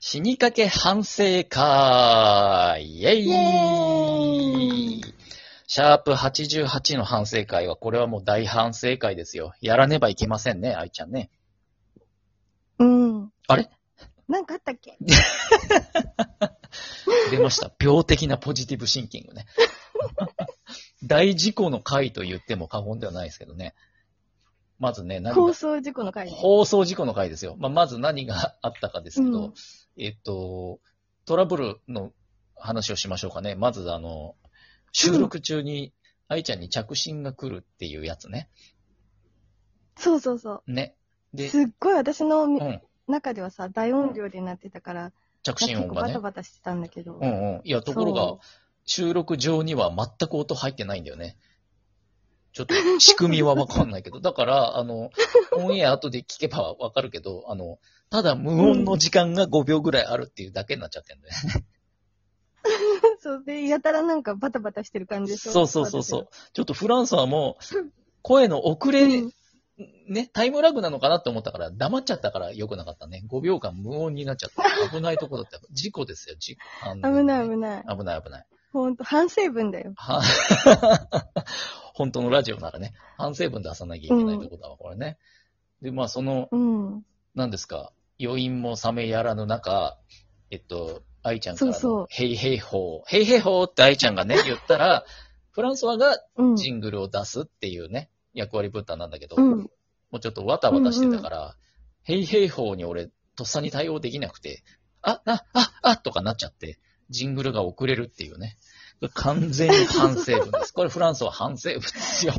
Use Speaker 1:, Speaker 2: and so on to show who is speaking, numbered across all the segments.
Speaker 1: 死にかけ反省会イェイ
Speaker 2: イエーイ
Speaker 1: シャープ88の反省会は、これはもう大反省会ですよ。やらねばいけませんね、愛ちゃんね。
Speaker 2: うん。
Speaker 1: あれ
Speaker 2: なんかあったっけ
Speaker 1: 出ま した。病的なポジティブシンキングね。 大事故の回と言っても過言ではないですけどね。まずね、何が
Speaker 2: 放送事故の回ね。
Speaker 1: 放送事故の回ですよ。まあ、まず何があったかですけど、
Speaker 2: うん
Speaker 1: えっと、トラブルの話をしましょうかね。まず、あの、収録中に、愛ちゃんに着信が来るっていうやつね。
Speaker 2: そうそうそ
Speaker 1: ね。
Speaker 2: う。
Speaker 1: で、
Speaker 2: すっごい私のみ
Speaker 1: うん、
Speaker 2: 中ではさ、大音量でなってたから、
Speaker 1: 着
Speaker 2: 結
Speaker 1: 信音が
Speaker 2: 構バタ
Speaker 1: ね。
Speaker 2: バタしてたんだけど。
Speaker 1: うんうん。いや、ところが
Speaker 2: そ、
Speaker 1: 収録上には全く音入ってないんだよね。ちょっと仕組みはわかんない けど。だから、あの、オンエア後で聞けばわかるけど、あの、ただ無音の時間が5秒ぐらいあるっていうだけになっちゃってるんだよね
Speaker 2: う。そうで、やたらなんかバタバタしてる感じでしょ
Speaker 1: そうそうそうそう。。ちょっとフランスはもう、声の遅れ、
Speaker 2: 私はうん
Speaker 1: ね、タイムラグなのかなって思ったから、黙っちゃったから良くなかったね。5秒間無音になっちゃった。危ないとこだった。事故ですよ、事故。あの
Speaker 2: 危ない危ない。
Speaker 1: 危ない危ない。
Speaker 2: ほんと、反省文だよ。
Speaker 1: は 本当のラジオならね、反省文出さなきゃいけないとこだわ、これね。で、まあ、その、
Speaker 2: うん。
Speaker 1: 何ですか、余韻も冷めやらぬ中、えっと、愛ちゃんからの
Speaker 2: そうそう
Speaker 1: ヘイヘイホー、ヘイヘイホーって愛ちゃんがね、言ったら、フランソワが
Speaker 2: うん。
Speaker 1: ジングルを出すっていうね、役割分担なんだけど、
Speaker 2: うん。
Speaker 1: もうちょっとわたわたしてたから、ヘイヘイホーに俺、とっさに対応できなくて、あ、あ、あ、あ、とかなっちゃって、ジングルが遅れるっていうね。完全に反省文 です。これフランスは反省文ですよ。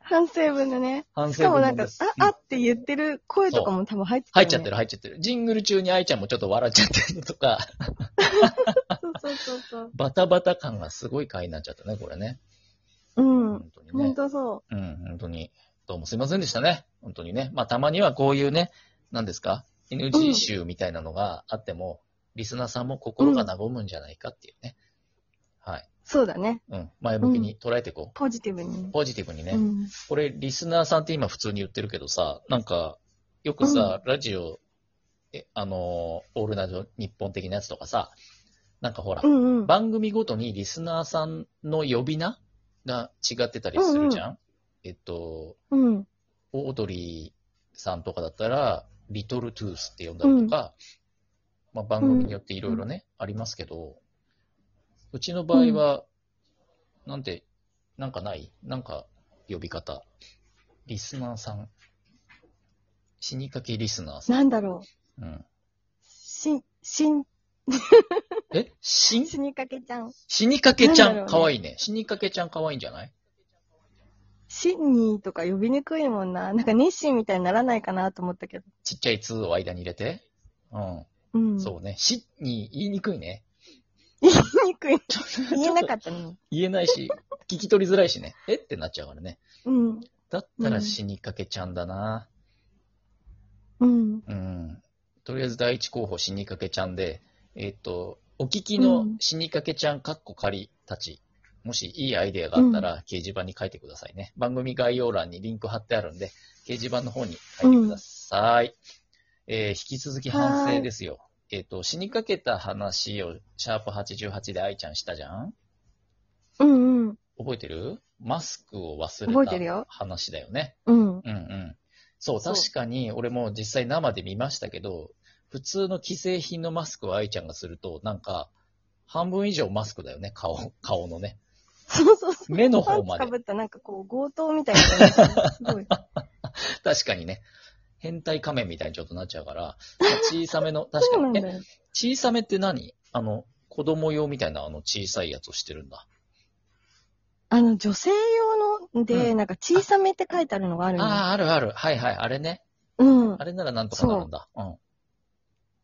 Speaker 2: 反省文だね。
Speaker 1: 反
Speaker 2: し
Speaker 1: 省
Speaker 2: かも
Speaker 1: 文
Speaker 2: なんか
Speaker 1: で、す。
Speaker 2: あ、あって言ってる声とかも多分入ってた
Speaker 1: 入っ
Speaker 2: よね
Speaker 1: ちゃってる、入っちゃってる。ジングル中に愛ちゃんもちょっと笑っちゃってるとか、
Speaker 2: そうそうそうそう。
Speaker 1: バタバタ感がすごい回になっちゃったね、これね。
Speaker 2: うん。
Speaker 1: 本当に
Speaker 2: ほ
Speaker 1: ね
Speaker 2: ん。とそ
Speaker 1: うん、本当に。どうもすいませんでしたね。本当にね。まあ、たまにはこういうね、何ですか
Speaker 2: う
Speaker 1: ?NG
Speaker 2: ん
Speaker 1: 集みたいなのがあっても、リスナーさんも心が和むんじゃないかっていうね。はい。
Speaker 2: う。そうだね。
Speaker 1: うん。前向きに捉えていこ
Speaker 2: ポジティブに
Speaker 1: う。。ポジティブにね。
Speaker 2: うん。
Speaker 1: これ、リスナーさんって今普通に言ってるけどさ、なんか、よくさ、ラジオ、え、あのー、オールナイト日本的なやつとかさ、なんかほら
Speaker 2: う、んうん。
Speaker 1: 番組ごとにリスナーさんの呼び名が違ってたりするじゃん、えっと、
Speaker 2: うん。
Speaker 1: オードリーさんとかだったら、リトルトゥースって呼んだりとか、まあ、番組によっていろいろね、ありますけど、うちの場合は、なんて、なんかないなんか呼び方。リスナーさん。死にかけリスナーさん。
Speaker 2: なんだろう。
Speaker 1: うん、
Speaker 2: し、しん、
Speaker 1: え死ん
Speaker 2: 死にかけちゃん。
Speaker 1: 死にかけちゃ、
Speaker 2: なんだろうんね
Speaker 1: かわいいね。死にかけちゃんかわいいんじゃない
Speaker 2: しんにとか呼びにくいもんな。なんか熱心みたいにならないかなと思ったけど。
Speaker 1: ちっちゃい2を間に入れて。うん。
Speaker 2: うん。
Speaker 1: そうね。死に言いにくい ね。
Speaker 2: 言いにくい。言えなか
Speaker 1: っ
Speaker 2: ったのに。
Speaker 1: 言えないし、聞き取りづらいしね。えってなっちゃうからね。
Speaker 2: うん。
Speaker 1: だったら死にかけちゃんだな。
Speaker 2: うん。
Speaker 1: うん。とりあえず第一候補死にかけちゃんで、えっ、と、お聞きの
Speaker 2: うん
Speaker 1: 死にかけちゃんかっこ仮たち、もしいいアイデアがあったら掲示板に書いてくださいね。番組概要欄にリンク貼ってあるんで、掲示板の方に書いてください。えー引き続き反省ですよ。えっ、と、死にかけた話をシャープ88で愛ちゃんしたじゃん
Speaker 2: うんうん。
Speaker 1: 覚えてるマスクを忘
Speaker 2: 覚えてる
Speaker 1: れた
Speaker 2: よ
Speaker 1: 話だよね。
Speaker 2: うん。
Speaker 1: うんうん。そう、
Speaker 2: そう
Speaker 1: 確かに、俺も実際生で見ましたけど、普通の既製品のマスクを愛ちゃんがすると、なんか、半分以上マスクだよね、顔、顔のね。
Speaker 2: そうそうそう。
Speaker 1: 目の方まで
Speaker 2: パンツかぶったなんかこう強盗みたいな感じ。す ごい。
Speaker 1: 確かにね。変態仮面みたいにちょっとなっちゃうから、まあ小さめの、確
Speaker 2: そう
Speaker 1: か
Speaker 2: なん
Speaker 1: に。え
Speaker 2: だよ。
Speaker 1: 小さめって何あの、子供用みたいなあの小さいやつをしてるんだ。
Speaker 2: あの、女性用ので、
Speaker 1: う
Speaker 2: なんか小さめって書いてあるのがあるの。
Speaker 1: ああ、あるある。はいはい、あれね。
Speaker 2: うん。
Speaker 1: あれならなんとかなるんだ。うん。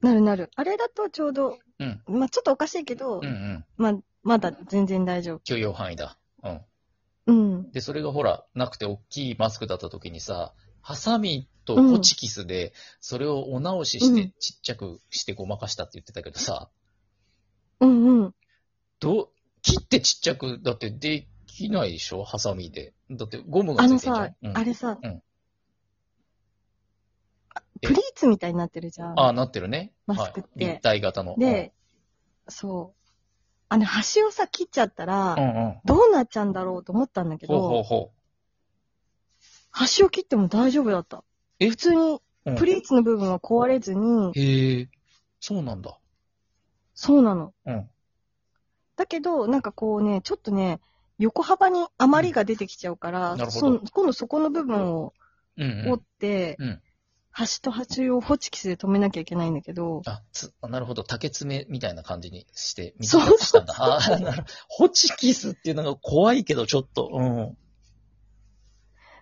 Speaker 2: なるなる。あれだとちょうど、
Speaker 1: うん。
Speaker 2: まあちょっとおかしいけど
Speaker 1: うんう、ん。
Speaker 2: まあまだ全然大丈夫。
Speaker 1: 許容範囲だ。うん。
Speaker 2: うん。
Speaker 1: で、それがほら、なくて大きいマスクだった時にさ、ハサミとホチキスで、それをお直しし
Speaker 2: う
Speaker 1: て
Speaker 2: ん
Speaker 1: ちっちゃくしてごまかしたって言ってたけどさ、
Speaker 2: うんうん。
Speaker 1: どう、切ってちっちゃく、だってできないでしょハサミで。だってゴムが
Speaker 2: あ
Speaker 1: つ
Speaker 2: の
Speaker 1: いてるじゃ
Speaker 2: さ
Speaker 1: ん。、うん
Speaker 2: あれさ、
Speaker 1: うんえ
Speaker 2: プリーツみたいになってるじゃん。
Speaker 1: ああ、なってるね。
Speaker 2: マスクって
Speaker 1: はい、立体型の。
Speaker 2: で、そう。あの、端をさ、切っちゃったら、
Speaker 1: うん、うんうん。
Speaker 2: どうなっちゃうんだろうと思ったんだけ
Speaker 1: ほうほう
Speaker 2: ど、
Speaker 1: ほ
Speaker 2: 端を切っても大丈夫だった。
Speaker 1: え
Speaker 2: 普通に、
Speaker 1: う。うん
Speaker 2: プリーツの部分は壊れずに、
Speaker 1: へえ、そうなんだ。
Speaker 2: そうなの。
Speaker 1: うん。
Speaker 2: だけど、なんかこうね、ちょっとね、横幅に余りが出てきちゃうか
Speaker 1: なる
Speaker 2: ら、
Speaker 1: ほ
Speaker 2: そ
Speaker 1: ど
Speaker 2: ん今度そこの部分を
Speaker 1: うん、う
Speaker 2: 折っ
Speaker 1: ん。
Speaker 2: て、
Speaker 1: うん。
Speaker 2: 端と端をホチキスで止めなきゃいけないんだけど、
Speaker 1: あ、つ、あなるほど。竹爪みたいな感じにして、
Speaker 2: そう
Speaker 1: 短くしたんだ。ああ、なるホチキスっていうのが怖いけど、ちょっと。うん。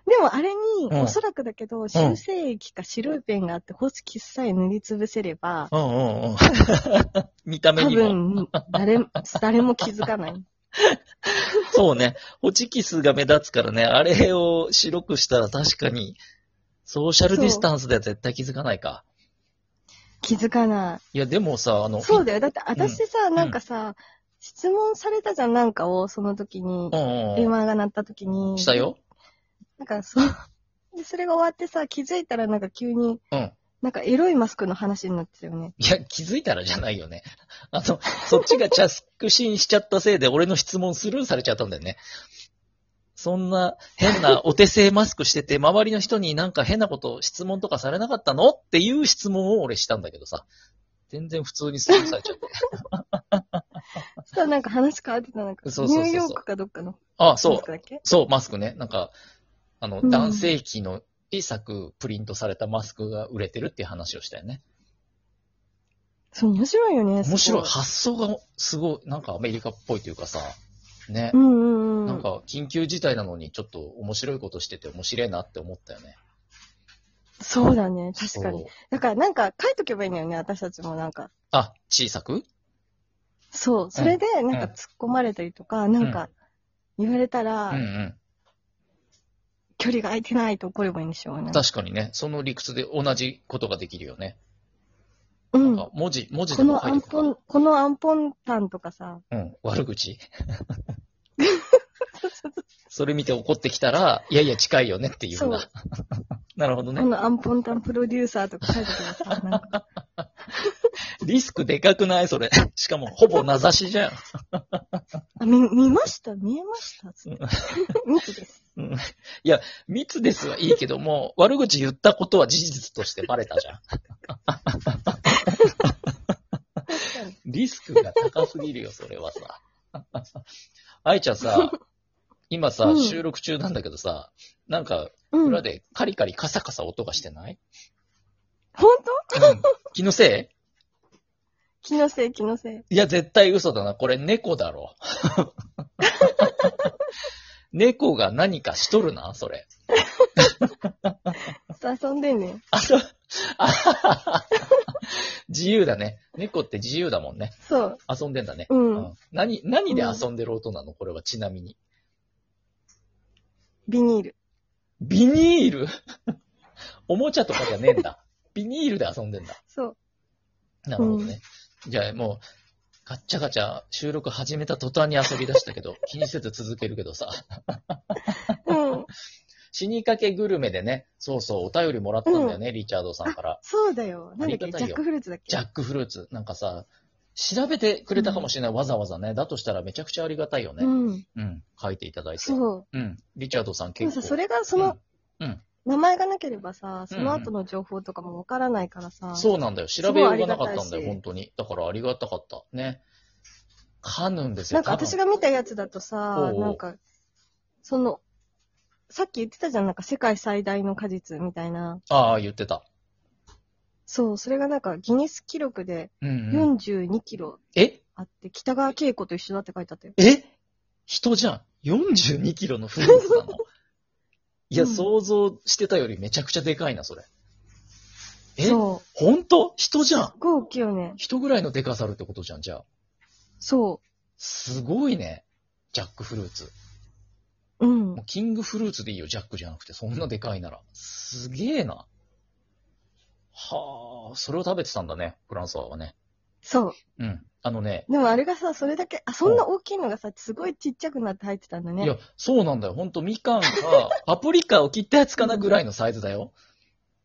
Speaker 2: でもあれに、
Speaker 1: うん
Speaker 2: おそらくだけど、修正液か白いペンがあって、ホチキスさえ塗りつぶせれば、
Speaker 1: うんうんう ん。見た目
Speaker 2: 多
Speaker 1: にも。
Speaker 2: 分、誰も、誰も気づかない。
Speaker 1: そうね。ホチキスが目立つからね、あれを白くしたら確かに、ソーシャルディスタンスでは絶対気づかないか。
Speaker 2: 気づかない。
Speaker 1: いや、でもさ、あの、
Speaker 2: そう
Speaker 1: だ
Speaker 2: だよ。だって、私さ、なんかさ、質問されたじゃん、なんかを、その時
Speaker 1: う
Speaker 2: に、
Speaker 1: ん
Speaker 2: 電
Speaker 1: うん
Speaker 2: 話が鳴った時
Speaker 1: うん。
Speaker 2: に。
Speaker 1: したよ。
Speaker 2: なんか、そう。で、それが終わってさ、気づいたらなんか急に、
Speaker 1: うん。
Speaker 2: なんかエロいマスクの話になってたよね。
Speaker 1: いや、気づいたらじゃないよね。あの、そっちがチャスクシーンしちゃったせいで、俺の質問スルーされちゃったんだよね。そんな変なお手製マスクしてて、周りの人になんか変なこと、質問とかされなかったのっていう質問を俺したんだけどさ。全然普通にスルーされちゃった。
Speaker 2: そしたらなんか話変わってた、なんか、ニ
Speaker 1: そうそうそう
Speaker 2: ュ
Speaker 1: そう
Speaker 2: ーヨークかどっかの
Speaker 1: あ、
Speaker 2: マ
Speaker 1: そう
Speaker 2: ス。クだっけ
Speaker 1: そう、マスクね。なんか、あの、
Speaker 2: うん
Speaker 1: 男性器の一作プリントされたマスクが売れてるっていう話をしたよね。
Speaker 2: そう、面白いよね。すご
Speaker 1: 面白い。発想がすごい、なんかアメリカっぽいというかさ、ね
Speaker 2: う。んうんうん。
Speaker 1: なんか、緊急事態なのにちょっと面白いことしてて面白いなって思ったよね。
Speaker 2: そうだね、確かに
Speaker 1: そう。
Speaker 2: だからなんか書いとけばいいんだよね、私たちもなんか。
Speaker 1: あ、小さく
Speaker 2: そう、それでなんか突っ込まれたりとか、なんか言われたら、
Speaker 1: うんうん。
Speaker 2: 距離が空いてないと怒ればいいんでしょうね。
Speaker 1: 確かにね、その理屈で同じことができるよね。
Speaker 2: う
Speaker 1: なん
Speaker 2: ん。
Speaker 1: か
Speaker 2: こ
Speaker 1: 文字、文字でも
Speaker 2: の
Speaker 1: 書
Speaker 2: ア
Speaker 1: い
Speaker 2: ン
Speaker 1: てく
Speaker 2: ポ
Speaker 1: る。
Speaker 2: ン、このアンポンタンとかさ、
Speaker 1: うん、悪 口。それ見て怒ってきたら、いやいや近いよねっていうんだ。 なるほどね
Speaker 2: こ。のアンポンタンプロデューサーとか書いてくださ、なんか
Speaker 1: リスクでかくないそれ。しかも、ほぼ名指しじゃん。
Speaker 2: あ、見、見ました見えました
Speaker 1: うん
Speaker 2: ミツです。
Speaker 1: 密ですはいいけども、悪口言ったことは事実としてバレたじゃん。リスクが高すぎるよ、それはさ。愛ちゃんさ、今さ、
Speaker 2: うん
Speaker 1: 収録中なんだけどさ、なんか、
Speaker 2: うん。
Speaker 1: 裏
Speaker 2: 本
Speaker 1: でカリカリカサカサ音がしてない、
Speaker 2: 当
Speaker 1: うん、気のせ
Speaker 2: 気のせい、気のせい。
Speaker 1: いいや、絶対嘘だな。これ猫だろ。 猫が何かしとるな、それ。
Speaker 2: ちょっと遊んでんね。
Speaker 1: あそうあははは自由だね。猫って自由だもんね。
Speaker 2: そう。
Speaker 1: 遊んでんだね。
Speaker 2: う。
Speaker 1: うんん、何、何で遊んでる音なのこれはちなみに。
Speaker 2: ビニール。
Speaker 1: ビニール おもちゃとかじゃねえんだ。ビニールで遊んでんだ。
Speaker 2: そう。
Speaker 1: なるほどね。じゃあもう、ガッチャガチャ収録始めた途端に遊び出したけど、気にせず続けるけどさ。
Speaker 2: うん。
Speaker 1: 死にかけグルメでね、そうそう、お便りもらったんだよね、リチャードさんから。
Speaker 2: そうだよ。なん
Speaker 1: あ
Speaker 2: だっ
Speaker 1: り
Speaker 2: け
Speaker 1: がたい
Speaker 2: ジ
Speaker 1: よ
Speaker 2: ャックフルーツだっけ
Speaker 1: ジャックフルーツ。なんかさ、調べてくれたかもしれない、わざわざね。だとしたらめちゃくちゃありがたいよね。
Speaker 2: うん。
Speaker 1: うん、書いていただいて。
Speaker 2: そう。
Speaker 1: うん、リチャードさん
Speaker 2: でも
Speaker 1: 結
Speaker 2: さ、
Speaker 1: 構。
Speaker 2: それがその、名前がなければさ、その後の情報とかもわからないから
Speaker 1: う
Speaker 2: さ。
Speaker 1: ん、そうなんだよ。調べようがなかったんだ
Speaker 2: すごいありがたい
Speaker 1: よ、
Speaker 2: し
Speaker 1: 本当に。だからありがたかった。ね。カヌンですよ、
Speaker 2: なんか私
Speaker 1: が。
Speaker 2: が見たやつだと
Speaker 1: おう
Speaker 2: さ、
Speaker 1: おう
Speaker 2: なんか、その、さっき言ってたじゃん、なんか世界最大の果実みたいな。
Speaker 1: ああ、言ってた。
Speaker 2: そう、それがなんかギネス記録で
Speaker 1: うん、うん。
Speaker 2: 42キロ
Speaker 1: え
Speaker 2: あって、北川景子と一緒だって書いてあったよ。
Speaker 1: え人じゃん。42キロのフルーツ なの。いや、
Speaker 2: うん
Speaker 1: 想像してたよりめちゃくちゃでかいな、それ。え
Speaker 2: そう。
Speaker 1: 本当人じゃん。
Speaker 2: すごい大きいよね。
Speaker 1: 人ぐらいのでかさるってことじゃん、じゃあ。
Speaker 2: そ
Speaker 1: すごいね。ジャックフルーツ。
Speaker 2: う。うん
Speaker 1: もう。キングフルーツでいいよ、ジャックじゃなくて。そんなでかいなら。すげえな。はあ、それを食べてたんだね、フランソワはね。
Speaker 2: そ
Speaker 1: うん。あのね、
Speaker 2: う。でもあれがさ、それだけ、あ、そんな大きいのがさ、すごいちっちゃくなって入ってたんだ
Speaker 1: い
Speaker 2: ね
Speaker 1: や。、そうなんだよ。ほんと、みかんか、パプリカを切ったやつかなぐらいのサイズだよ。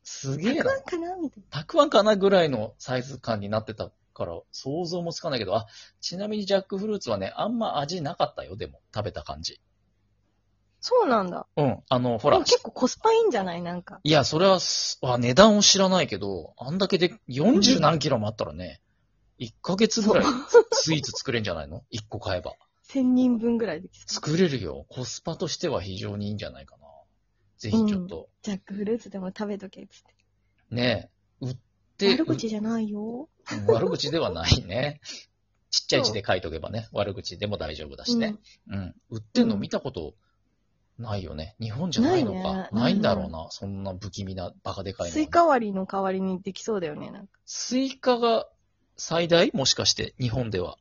Speaker 1: すげえ
Speaker 2: 100
Speaker 1: な。
Speaker 2: 円かなみたい
Speaker 1: たくあんかなぐらいのサイズ感になってたから、想像もつかないけど、あ、ちなみにジャックフルーツはね、あんま味なかったよ、でも、食べた感じ。
Speaker 2: な。そうなんだ。
Speaker 1: うん、あの、ほ
Speaker 2: で
Speaker 1: ら
Speaker 2: も、結構コスパいいんじゃないなんか。
Speaker 1: いや、それはす、あ値段を知らないけど、あんだけで40何キロもあったらね、1ヶ月ぐらい スイーツ作れんじゃないの ?1 個買えば。
Speaker 2: 1000人分ぐらいできそう。
Speaker 1: 作れるよ。コスパとしては非常にいいんじゃないかな。ぜひちょっと、
Speaker 2: ジャックフルーツでも食べとけっつっ
Speaker 1: ね、売って、
Speaker 2: て。悪口じゃないよ。
Speaker 1: うん悪口ではない ね。ちっちゃい字で書いとけばね、悪口でも大丈夫だしね。うん。売ってんの見たことないよね。日本じゃないのか。
Speaker 2: な
Speaker 1: ないい,、
Speaker 2: ね
Speaker 1: んだろう
Speaker 2: な
Speaker 1: な。そんな不気味な、バカで
Speaker 2: う
Speaker 1: かい
Speaker 2: ん。
Speaker 1: の、
Speaker 2: スイカ割りの代わりにできそうだよね。なんか
Speaker 1: スイカが最大もしかして、日本では。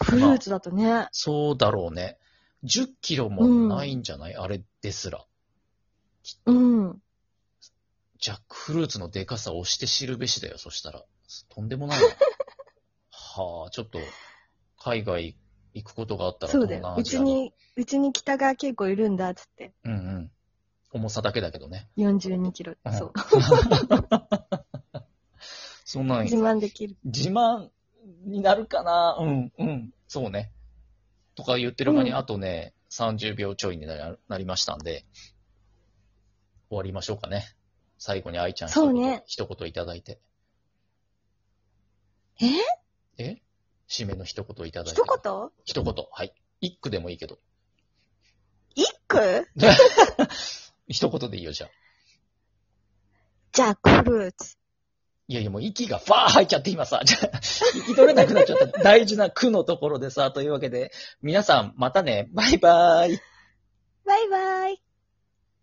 Speaker 2: フルーツだとね。
Speaker 1: そうだろうね。10キロもないんじゃない、あれですら。
Speaker 2: うん。
Speaker 1: ジャックフルーツのでかさを押して知るべしだよ、そしたら。とんでもない な。はあ、ちょっと、海外行くことがあったら、
Speaker 2: そうだ
Speaker 1: 東南
Speaker 2: よ。う
Speaker 1: アジ
Speaker 2: ち
Speaker 1: アに
Speaker 2: に、うちに北川景子いるんだっつって。
Speaker 1: うんうん。重さだけだけどね。
Speaker 2: 42キロ。
Speaker 1: うん
Speaker 2: そう。
Speaker 1: そんなん
Speaker 2: 自、慢できる。
Speaker 1: 自慢になるかなうん、うん。そうね。とか言ってる間に、
Speaker 2: うん
Speaker 1: あとね、30秒ちょいにななりましたんで、終わりましょうかね。最後に愛ちゃん一
Speaker 2: そう
Speaker 1: 言、
Speaker 2: ね
Speaker 1: 一言いただいて。
Speaker 2: え
Speaker 1: え締めの一言いただいて。
Speaker 2: 一言
Speaker 1: 一言。はい。一句でもいいけど。
Speaker 2: 一句
Speaker 1: 一言でいいよ、じゃあ。
Speaker 2: ジャックフルーツ。
Speaker 1: いやいや、もう息がファー入っちゃって今さ、じ ゃあ息取れなくなっちゃった。大事な句のところでさ、というわけで、皆さん、またね、バイバーイ。
Speaker 2: バイバイ。